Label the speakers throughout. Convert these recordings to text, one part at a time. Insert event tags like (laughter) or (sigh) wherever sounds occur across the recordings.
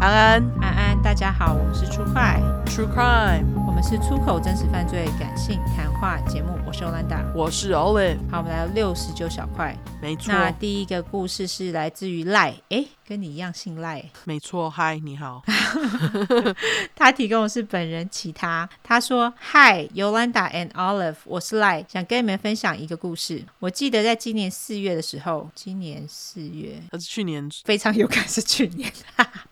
Speaker 1: 安安
Speaker 2: 安安，大家好，我们是出快，
Speaker 1: True Crime，
Speaker 2: 我们是出口真实犯罪感性谈话节目，我是欧兰达。
Speaker 1: 我是 Olive，
Speaker 2: 好，我们来到六十九小块。
Speaker 1: 没错，
Speaker 2: 那第一个故事是来自于赖，诶，跟你一样姓赖。
Speaker 1: 没错，嗨，你 (laughs) 好，
Speaker 2: 他提供的是本人其他。他说：“Hi, Yolanda and Olive，我是赖，想跟你们分享一个故事。我记得在今年四月的时候，今年四月
Speaker 1: 他是去年，
Speaker 2: 非常有感是去年，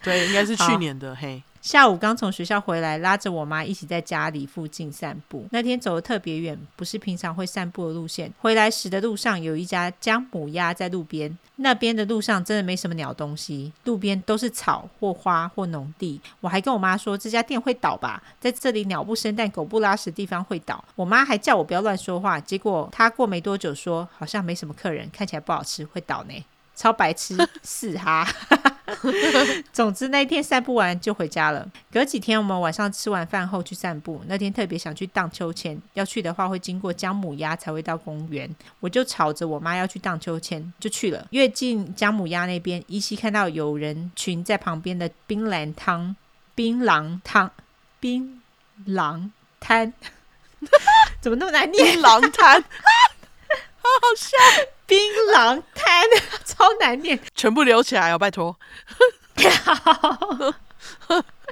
Speaker 1: 对，应该是去
Speaker 2: 好
Speaker 1: 年的，嘿，
Speaker 2: 下午刚从学校回来，拉着我妈一起在家里附近散步。那天走得特别远，不是平常会散步的路线。回来时的路上有一家姜母鸭在路边，那边的路上真的没什么鸟东西，路边都是草或花或农地。我还跟我妈说这家店会倒吧，在这里鸟不生蛋狗不拉屎的地方会倒。我妈还叫我不要乱说话，结果她过没多久说好像没什么客人，看起来不好吃，会倒呢。超白痴， (laughs) 是哈。总之那一天散步完就回家了。隔几天我们晚上吃完饭后去散步，那天特别想去荡秋千，要去的话会经过姜母鸭才会到公园。我就吵着我妈要去荡秋千，就去了。越近姜母鸭那边，依稀看到有人群在旁边的槟榔汤、槟榔汤、槟榔摊， (laughs) 怎么那么难念？
Speaker 1: 槟榔摊， (laughs)
Speaker 2: 槟榔摊 (laughs) 超难念。
Speaker 1: 全部留起来哦，拜托，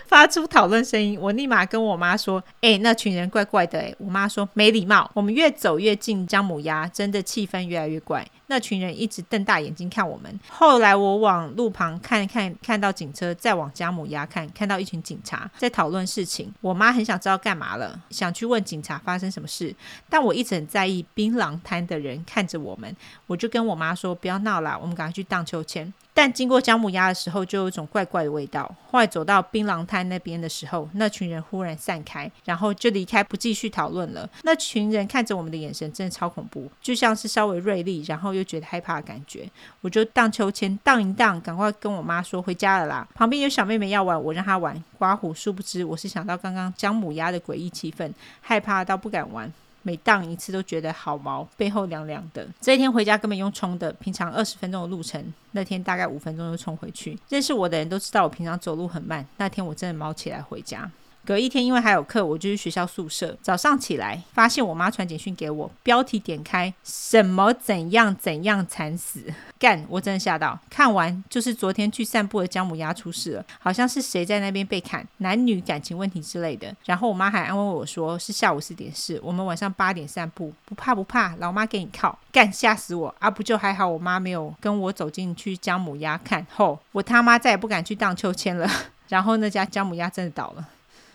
Speaker 2: 发出讨论声音，我立马跟我妈说：“哎、那群人怪怪的、欸。”我妈说：“没礼貌。”我们越走越近姜母鸭，真的气氛越来越怪。那群人一直瞪大眼睛看我们。后来我往路旁看看，看到警车，再往姜母鸭看，看到一群警察在讨论事情。我妈很想知道干嘛了，想去问警察发生什么事，但我一直很在意槟榔摊的人看着我们，我就跟我妈说：“不要闹啦，我们赶快去荡秋千。”但经过姜母鸭的时候，就有一种怪怪的味道。后来走到槟榔摊那边的时候，那群人忽然散开，然后就离开，不继续讨论了。那群人看着我们的眼神真的超恐怖，就像是稍微锐利，然后又觉得害怕的感觉。我就荡秋千荡一荡，赶快跟我妈说回家了啦。旁边有小妹妹要玩，我让她玩。刮胡，殊不知我是想到刚刚姜母鸭的诡异气氛，害怕到不敢玩。每荡一次都觉得好毛，背后凉凉的。这一天回家根本用冲的，平常二十分钟的路程，那天大概五分钟就冲回去。认识我的人都知道我平常走路很慢，那天我真的毛起来回家。隔一天，因为还有课，我就去学校宿舍。早上起来，发现我妈传简讯给我，标题点开“什么怎样怎样惨死”，干，我真的吓到。看完就是昨天去散步的姜母鸭出事了，好像是谁在那边被砍，男女感情问题之类的。然后我妈还安慰我说是下午四点四，我们晚上八点散步，不怕不怕，老妈给你靠。干，吓死我啊！不就还好，我妈没有跟我走进去姜母鸭看后，我他妈再也不敢去荡秋千了。 (laughs) 然后那家姜母鸭真的倒了。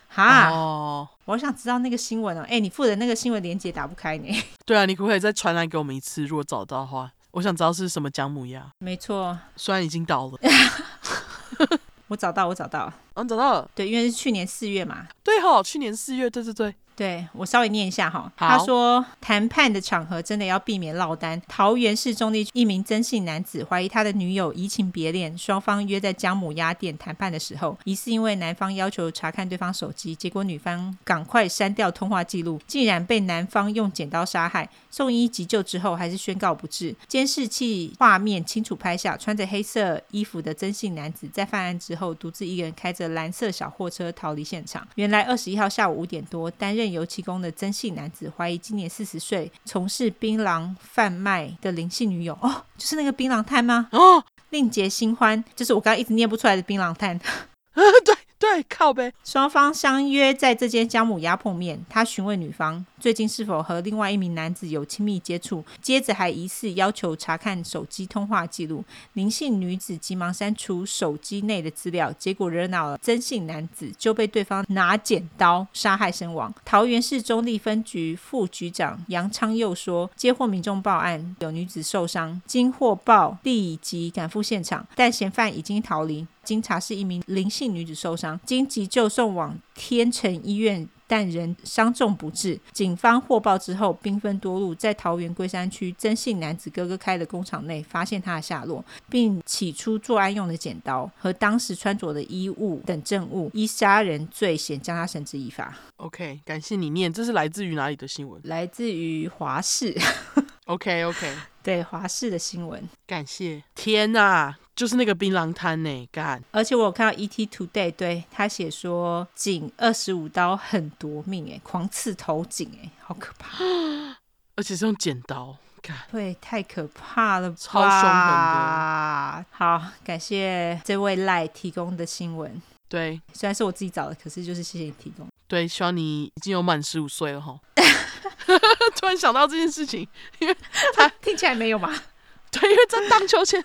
Speaker 2: 哈，
Speaker 1: 哦，
Speaker 2: 我好想知道那个新闻哦。哎，你附的那个新闻链接打不开呢。 (laughs)
Speaker 1: 对啊，你可不可以再传来给我们一次？如果找到的话，我想知道是什么姜母鸭，
Speaker 2: 没错，
Speaker 1: 虽然已经倒 (laughs) 了，
Speaker 2: 我找到，我找到。
Speaker 1: 哦，你找到了，
Speaker 2: 对，因为是去年四月嘛，
Speaker 1: 对哈、哦，去年四月，对对对，
Speaker 2: 对我稍微念一下哈，
Speaker 1: 好
Speaker 2: 他说谈判的场合真的要避免落单。桃园市中立一名曾姓男子怀疑他的女友移情别恋，双方约在姜母鸭店谈判的时候，疑似因为男方要求查看对方手机，结果女方赶快删掉通话记录，竟然被男方用剪刀杀害。送医急救之后还是宣告不治。监视器画面清楚拍下，穿着黑色衣服的曾姓男子在犯案之后，独自一个人开着蓝色小货车逃离现场。原来二十一号下午五点多，担任油漆工的曾姓男子怀疑今年四十岁、从事槟榔贩卖的林姓女友，哦，就是那个槟榔摊吗？
Speaker 1: 哦，
Speaker 2: 另结新欢，就是我刚刚一直念不出来的槟榔摊。
Speaker 1: 对对，靠呗，
Speaker 2: 双方相约在这间姜母鸭碰面。他询问女方最近是否和另外一名男子有亲密接触，接着还疑似要求查看手机通话记录。林姓女子急忙删除手机内的资料，结果惹恼了曾姓男子，就被对方拿剪刀杀害身亡。桃园市中立分局副局长杨昌佑说，接获民众报案，有女子受伤，经获报立即赶赴现场，但嫌犯已经逃离。经查是一名林姓女子受伤，经急救送往天成医院。但人伤重不治。警方获报之后，兵分多路，在桃园龟山区曾姓男子哥哥开的工厂内发现他的下落，并起出作案用的剪刀和当时穿着的衣物等证物，依杀人罪嫌将他绳之以法。
Speaker 1: ，OK，感谢你念，这是来自于哪里的新闻
Speaker 2: 来自于华视， (laughs)
Speaker 1: ？OK OK，
Speaker 2: 对华视的新闻。
Speaker 1: 感谢，天呐、啊就是那个槟榔摊呢，干
Speaker 2: 而且我有看到 ET Today 对他写说，仅二十五刀很夺命哎、狂刺头颈哎、好可怕！
Speaker 1: 而且是用剪刀，干
Speaker 2: 对，太可怕了吧，
Speaker 1: 超凶狠
Speaker 2: 好，感谢这位赖提供的新闻，
Speaker 1: 对
Speaker 2: 虽然是我自己找的，可是就是谢谢你提供。
Speaker 1: 对，希望你已经有满十五岁了哈。 (laughs) 突然想到这件事情，
Speaker 2: 听起来没有嘛？
Speaker 1: 对，因为在荡秋千，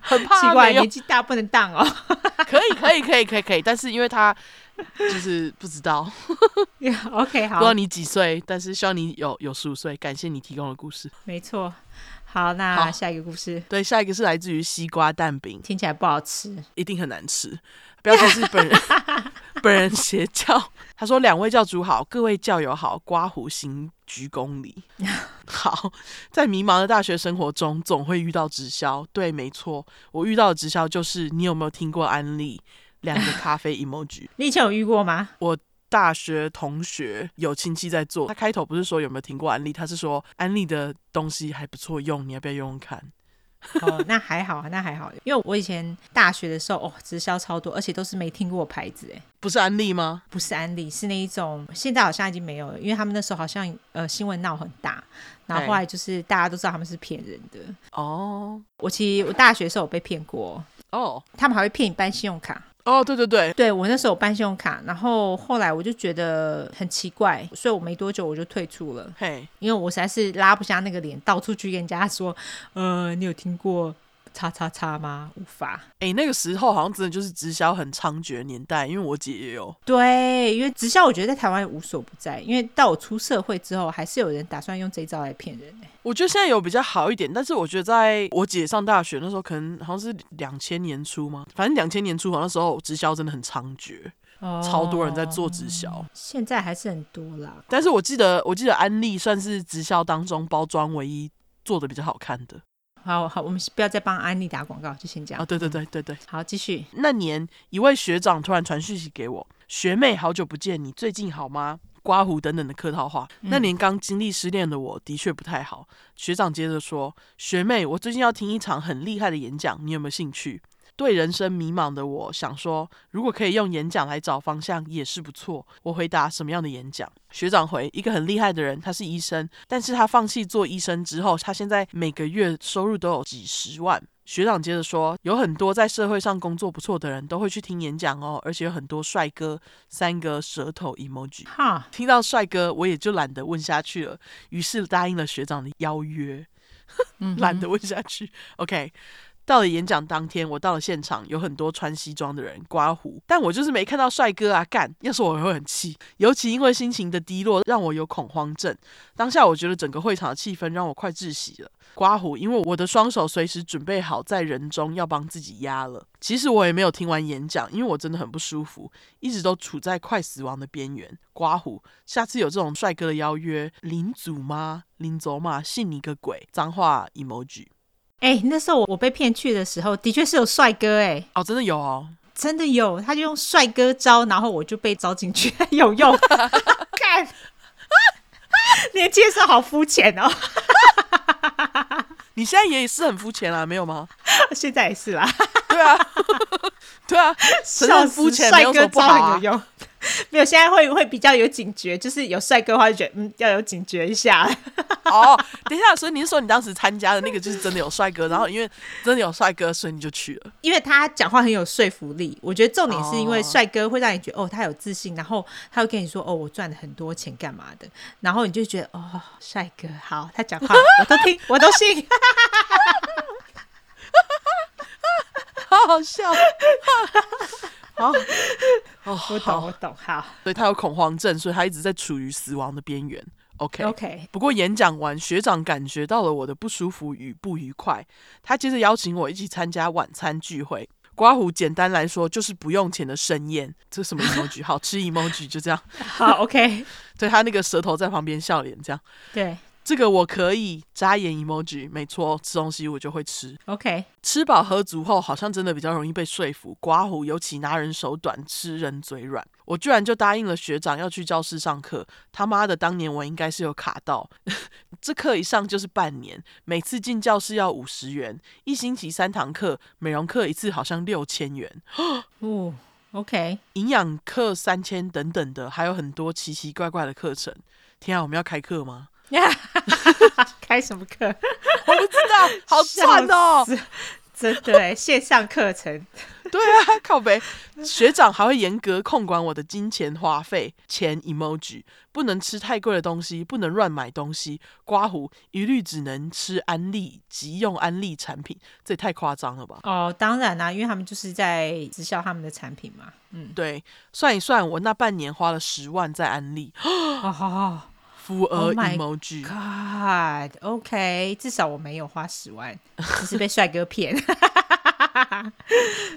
Speaker 1: 很怕
Speaker 2: (laughs) 奇
Speaker 1: 他
Speaker 2: 怪，
Speaker 1: 没有
Speaker 2: 年纪大不能当哦。
Speaker 1: 可以，可以，可以，可以，可以，但是因为他就是不知道，
Speaker 2: Yeah, (laughs) OK，
Speaker 1: 不
Speaker 2: 好
Speaker 1: 知，道你几岁，但是希望你有有十五岁。感谢你提供的故事。
Speaker 2: 没错。好，那
Speaker 1: 好
Speaker 2: 下一个故事
Speaker 1: 对，下一个是来自于西瓜蛋饼，
Speaker 2: 听起来不好吃，
Speaker 1: 一定很难吃。标题是本人本人邪教，他说：“两位教主好，各位教友好，刮胡行鞠躬礼。好，在迷茫的大学生活中，总会遇到直销。对，没错，我遇到的直销就是你有没有听过安利两个咖啡 emoji？
Speaker 2: 你以前有遇
Speaker 1: (laughs)
Speaker 2: 过吗？
Speaker 1: 大学同学有亲戚在做，他开头不是说有没有听过安利，他是说安利的东西还不错用，你要不要用用看？
Speaker 2: 哦，那还好，那还好，因为我以前大学的时候，哦，直销超多，而且都是没听过牌子，哎，
Speaker 1: 不是安利吗？
Speaker 2: 不是安利，是那一种，现在好像已经没有了，因为他们那时候好像呃新闻闹很大，然后
Speaker 1: 对
Speaker 2: 后来就是大家都知道他们是骗人的。
Speaker 1: 哦
Speaker 2: 我其实我大学的时候有被骗过，
Speaker 1: 哦
Speaker 2: 他们还会骗你办信用卡，
Speaker 1: 哦，对对对，
Speaker 2: 对我那时候有办信用卡，然后后来我就觉得很奇怪，所以我没多久我就退出了，
Speaker 1: 嘿，
Speaker 2: 因为我实在是拉不下那个脸，到处去跟人家说，呃，你有听过叉叉叉吗？无法。
Speaker 1: 诶，那个时候好像真的就是直销很猖獗的年代，因为我姐也有，
Speaker 2: 对，因为直销我觉得在台湾无所不在，因为到我出社会之后，还是有人打算用这一招来骗人、欸。
Speaker 1: 我觉得现在有比较好一点，但是我觉得在我姐上大学那时候，可能好像是两千年初嘛，反正两千年初好像那时候直销真的很猖獗，
Speaker 2: 哦
Speaker 1: 超多人在做直销。
Speaker 2: 现在还是很多啦。
Speaker 1: 但是我记得，我记得安利算是直销当中包装唯一做的比较好看的
Speaker 2: 好好，我们不要再帮安利打广告，就先这样。
Speaker 1: 啊！对对对对对，
Speaker 2: 好，继续。
Speaker 1: 那年一位学长突然传讯息给我，学妹好久不见，你最近好吗？刮胡等等的客套话。那年刚经历失恋的我的确不太好。学长接着说，学妹，我最近要听一场很厉害的演讲，你有没有兴趣？对人生迷茫的我想说，如果可以用演讲来找方向也是不错。我回答什么样的演讲？学长回一个很厉害的人，他是医生，但是他放弃做医生之后，他现在每个月收入都有几十万。学长接着说，有很多在社会上工作不错的人都会去听演讲哦，而且有很多帅哥，三个舌头 emoji。
Speaker 2: 哈，
Speaker 1: 听到帅哥，我也就懒得问下去了，于是答应了学长的邀约，
Speaker 2: 嗯
Speaker 1: 懒得问下去。OK，到了演讲当天，我到了现场，有很多穿西装的人刮胡，但我就是没看到帅哥啊！干，要是我也会很气，尤其因为心情的低落，让我有恐慌症。当下我觉得整个会场的气氛让我快窒息了。刮胡，因为我的双手随时准备好在人中要帮自己压了。其实我也没有听完演讲，因为我真的很不舒服，一直都处在快死亡的边缘。刮胡，下次有这种帅哥的邀约，领组吗？领走嘛，信你个鬼！脏话 emoji。
Speaker 2: 哎、那时候我我被骗去的时候，的确是有帅哥哎、
Speaker 1: 哦，真的有哦，
Speaker 2: 真的有，他就用帅哥招，然后我就被招进去， (laughs) 有
Speaker 1: (laughs)
Speaker 2: 用。看，你的介绍好肤浅哦， (laughs)
Speaker 1: 你现在也是很肤浅啊啦，没有吗？
Speaker 2: 现在也是啦，
Speaker 1: 对啊， (laughs) 对啊，承
Speaker 2: 笑
Speaker 1: 认
Speaker 2: 死
Speaker 1: 肤浅没
Speaker 2: 帅
Speaker 1: 有什
Speaker 2: 哥
Speaker 1: 么不
Speaker 2: 招
Speaker 1: 好啊
Speaker 2: 很有用。 (laughs) 没有，现在会会比较有警觉，就是有帅哥的话就觉得嗯要有警觉一下。 (laughs)
Speaker 1: 哦，等一下，所以你是说你当时参加的那个就是真的有帅哥，然后因为真的有帅哥，所以你就去了。
Speaker 2: 因为他讲话很有说服力。我觉得重点是因为
Speaker 1: 哦
Speaker 2: 帅哥会让你觉得哦，他有自信，然后他会跟你说哦，我赚了很多钱干嘛的，然后你就觉得哦，帅哥好，他讲话我都听，我都信。 (laughs)
Speaker 1: 好好笑。好，哦，
Speaker 2: 我懂，
Speaker 1: 好
Speaker 2: 我懂，好
Speaker 1: 所以他有恐慌症，所以他一直在处于死亡的边缘。OK，,
Speaker 2: ，OK，
Speaker 1: 不过演讲完，学长感觉到了我的不舒服与不愉快，他接着邀请我一起参加晚餐聚会。刮胡简单来说就是不用钱的盛宴，这是什么 emoji？好吃 emoji 就这样，
Speaker 2: 好，OK， (laughs)
Speaker 1: 对他那个舌头在旁边笑脸这样。
Speaker 2: 对
Speaker 1: 这个我可以眨眼 emoji，没错，吃东西我就会吃。
Speaker 2: ，OK，
Speaker 1: 吃饱喝足后，好像真的比较容易被说服。刮胡，尤其拿人手短，吃人嘴软。我居然就答应了学长要去教室上课。他妈的，当年我应该是有卡到， (laughs) 这课一上就是半年，每次进教室要五十元，一星期三堂课，美容课一次好像六千元，
Speaker 2: 哦，OK， (laughs)
Speaker 1: 营养课三千等等的，还有很多奇奇怪怪的课程。天啊，我们要开课吗？
Speaker 2: 开什么课？
Speaker 1: 我不知道，啊好赚哦！
Speaker 2: 真的欸线上课程，
Speaker 1: (laughs) 对啊，靠北。学长还会严格控管我的金钱花费，钱 emoji 不能吃太贵的东西，不能乱买东西，刮胡一律只能吃安利即用安利产品，这也太夸张了吧？
Speaker 2: 哦，当然啦、因为他们就是在直销他们的产品嘛。嗯，
Speaker 1: 对，算一算，我那半年花了十万在安利，
Speaker 2: 哦
Speaker 1: 扶额
Speaker 2: Oh my
Speaker 1: emoji，、
Speaker 2: ，God，OK，、至少我没有花十 (laughs) 万，只是被帅哥骗。 (laughs)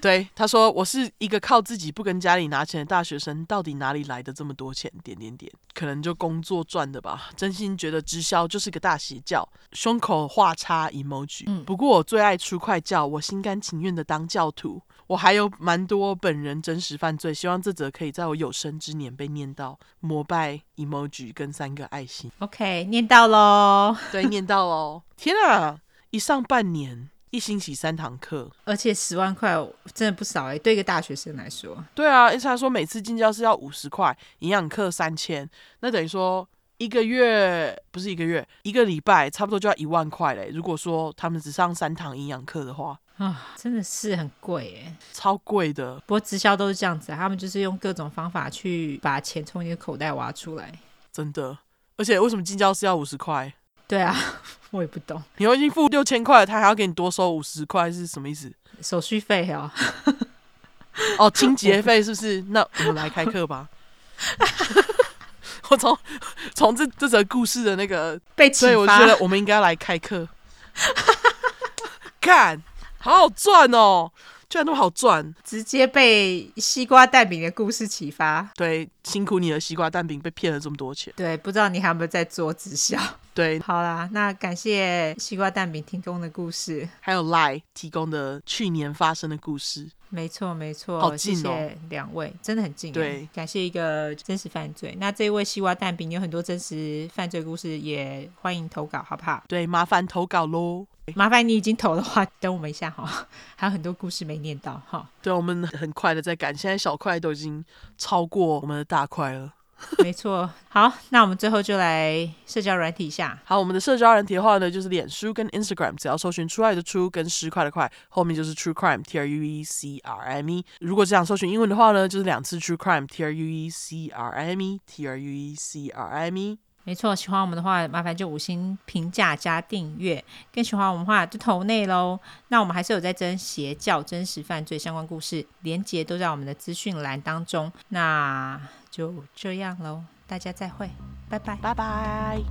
Speaker 1: 对，他说我是一个靠自己不跟家里拿钱的大学生，到底哪里来的这么多钱？点点点，可能就工作赚的吧。真心觉得直销就是个大邪教，胸口画叉 emoji。不过我最爱出快教，我心甘情愿的当教徒。我还有蛮多本人真实犯罪，希望这则可以在我有生之年被念到。膜拜 emoji 跟三个爱心，
Speaker 2: OK，念到喽，
Speaker 1: 对，念到哦。天啊，一上半年，一星期三堂课，
Speaker 2: 而且十万块真的不少哎、对一个大学生来说，
Speaker 1: 对啊，而且他说每次进教室要五十块，营养课三千，那等于说一个月不是一个月，一个礼拜差不多就要一万块嘞。如果说他们只上三堂营养课的话，
Speaker 2: 啊，真的是很贵哎、
Speaker 1: 超贵的。
Speaker 2: 不过直销都是这样子、啊，他们就是用各种方法去把钱从你的口袋挖出来。
Speaker 1: 真的。而且为什么进教室要五十块？
Speaker 2: 对啊， (laughs) 我也不懂
Speaker 1: 你都已经付六千块了，他还要给你多收五十块是什么意思？
Speaker 2: 手续费哦。 (laughs)
Speaker 1: 哦，清洁费是不是？那我们来开课吧。 (laughs) 我从从这这则故事的那个
Speaker 2: 被启
Speaker 1: 所以我
Speaker 2: 发
Speaker 1: 觉得我们应该来开课。干，好好赚哦！居然那么好赚，
Speaker 2: 直接被西瓜蛋饼的故事启发。
Speaker 1: 对，辛苦你的西瓜蛋饼被骗了这么多钱，
Speaker 2: 对，不知道你还有没有在做直销？ (laughs)
Speaker 1: 对，
Speaker 2: 好啦，那感谢西瓜蛋饼提供的故事。
Speaker 1: 还有 Lie 提供的去年发生的故事，
Speaker 2: 没错，没错，
Speaker 1: 好近哦
Speaker 2: 谢谢两位，真的很近啊。
Speaker 1: 对
Speaker 2: 感谢一个真实犯罪。那这一位西瓜蛋饼，你有很多真实犯罪故事，也欢迎投稿，好不好？
Speaker 1: 对，麻烦投稿喽。
Speaker 2: 麻烦你已经投的话， (laughs) 等我们一下哈， (laughs) 还有很多故事没念到哈。
Speaker 1: 对，我们很快的在赶，现在小块都已经超过我们的大块了。
Speaker 2: 没错，好，那我们最后就来社交软体一下。
Speaker 1: 好，我们的社交软体的话呢，就是脸书跟 Instagram，只要搜寻“出来的出”跟“失块的块”，后面就是 True Crime T R U E C R I M E。如果只想搜寻英文的话呢，就是两次 True Crime T R U E C R I M E T R U E C R I M E。
Speaker 2: 没错，喜欢我们的话，麻烦就五星评价加订阅。更喜欢我们的话，就投内喽。那我们还是有在征邪教、真实犯罪相关故事，连结都在我们的资讯栏当中。那就这样喽，大家再会，拜拜。
Speaker 1: 拜拜。